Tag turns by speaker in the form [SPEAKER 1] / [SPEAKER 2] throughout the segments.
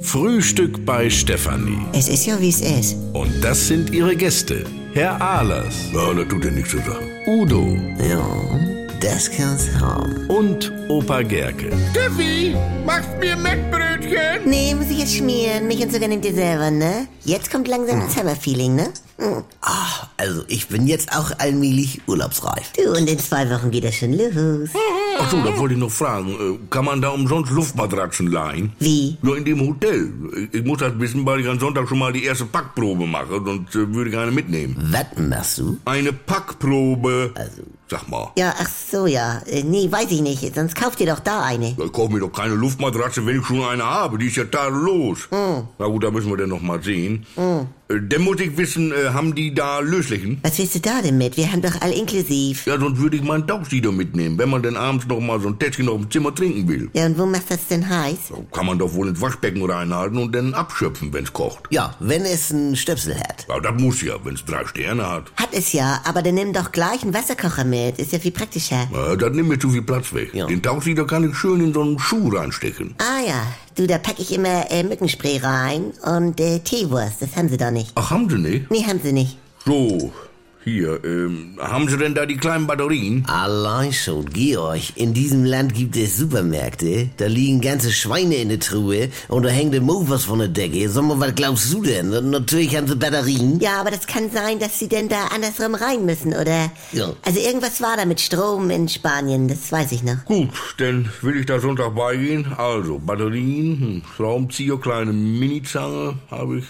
[SPEAKER 1] Frühstück bei Stefanie.
[SPEAKER 2] Es ist ja, wie es ist.
[SPEAKER 1] Und das sind ihre Gäste. Herr Ahlers. Ja, das tut ja nichts zu sagen. Udo
[SPEAKER 2] Ja, das kann's haben.
[SPEAKER 1] und Opa Gerke.
[SPEAKER 3] Steffi, machst mir Mettbrötchen?
[SPEAKER 2] Nee, muss ich jetzt schmieren. Mich und sogar nehmt ihr selber, ne? Jetzt kommt langsam das Hammerfeeling, ne? Hm.
[SPEAKER 4] Ah, also ich bin jetzt auch allmählich urlaubsreif.
[SPEAKER 2] Du, und in zwei Wochen geht das schon los.
[SPEAKER 1] Ach so, da wollte ich noch fragen. äh, Kann man da umsonst Luftmatratzen leihen?
[SPEAKER 2] Wie?
[SPEAKER 1] Nur in dem Hotel. Ich muss das wissen, weil ich am Sonntag schon mal die erste Packprobe mache, sonst äh, würde ich eine mitnehmen.
[SPEAKER 4] Was machst du?
[SPEAKER 1] Eine Packprobe. Also. Sag mal.
[SPEAKER 2] Ja, ach so, ja. Äh, Nee, weiß ich nicht. Sonst kauft ihr doch da eine.
[SPEAKER 1] Ich kaufe mir doch keine Luftmatratze, wenn ich schon eine habe. Die ist ja tadellos. Na gut, da müssen wir dann noch mal sehen. Äh, Dann muss ich wissen, äh, haben die da Löslichen?
[SPEAKER 2] Was willst du da denn mit? Wir haben doch all inklusiv.
[SPEAKER 1] Ja, sonst würde ich meinen Tauchsieder mitnehmen, wenn man denn abends noch mal so ein Täschchen auf dem Zimmer trinken will.
[SPEAKER 2] Ja, und wo machst du das denn heiß?
[SPEAKER 1] Da kann man doch wohl ins Waschbecken reinhalten und dann abschöpfen, wenn's kocht.
[SPEAKER 4] Ja, wenn es einen Stöpsel hat.
[SPEAKER 1] Ja, das muss ja, wenn's drei Sterne hat.
[SPEAKER 2] Hat es ja, aber dann nimm doch gleich einen Wasserkocher mit. Ist ja viel praktischer.
[SPEAKER 1] Äh, das nimmt mir zu viel Platz weg.
[SPEAKER 4] Ja.
[SPEAKER 1] Den Tauchsieder kann ich schön in so einen Schuh reinstecken.
[SPEAKER 2] Ah ja, du, da pack ich immer äh, Mückenspray rein und äh, Teewurst. Das haben sie doch nicht.
[SPEAKER 1] Ach, haben Sie nicht?
[SPEAKER 2] Nee, haben sie nicht.
[SPEAKER 1] So, hier, ähm, haben Sie denn da die kleinen Batterien?
[SPEAKER 4] Allein schon, Georg, in diesem Land gibt es Supermärkte, da liegen ganze Schweine in der Truhe und da hängt immer was von der Decke. Sag mal, was glaubst du denn? Und Natürlich haben sie Batterien.
[SPEAKER 2] Ja, aber das kann sein, dass sie denn da andersrum rein müssen, oder?
[SPEAKER 4] Ja.
[SPEAKER 2] Also irgendwas war da mit Strom in Spanien, das weiß ich noch.
[SPEAKER 1] Gut, dann will ich da Sonntag beigehen. Also, Batterien, hm, Schraubenzieher, kleine Minizange habe ich.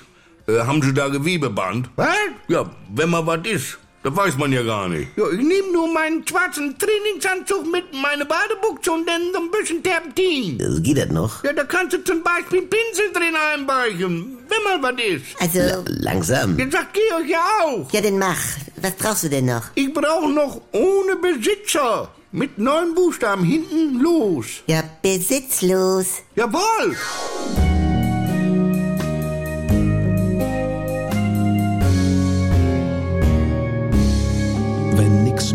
[SPEAKER 1] Äh, haben Sie da Gewebeband?
[SPEAKER 3] Was?
[SPEAKER 1] Ja, wenn mal was ist, das weiß man ja gar nicht.
[SPEAKER 3] Ja, ich nehme nur meinen schwarzen Trainingsanzug mit, meine Badebuchse und dann so ein bisschen Terpentin.
[SPEAKER 4] Also geht das noch?
[SPEAKER 3] Ja, da kannst du zum Beispiel einen Pinsel drin einbeichen, wenn mal was ist.
[SPEAKER 2] Also,
[SPEAKER 4] Langsam.
[SPEAKER 3] Jetzt sagt Georg ja auch.
[SPEAKER 2] ja, dann mach. Was brauchst du denn noch?
[SPEAKER 3] Ich brauche noch ohne Besitzer. Mit neun Buchstaben hinten los.
[SPEAKER 2] Ja, besitzlos.
[SPEAKER 3] Jawohl.
[SPEAKER 5] Wenn nichts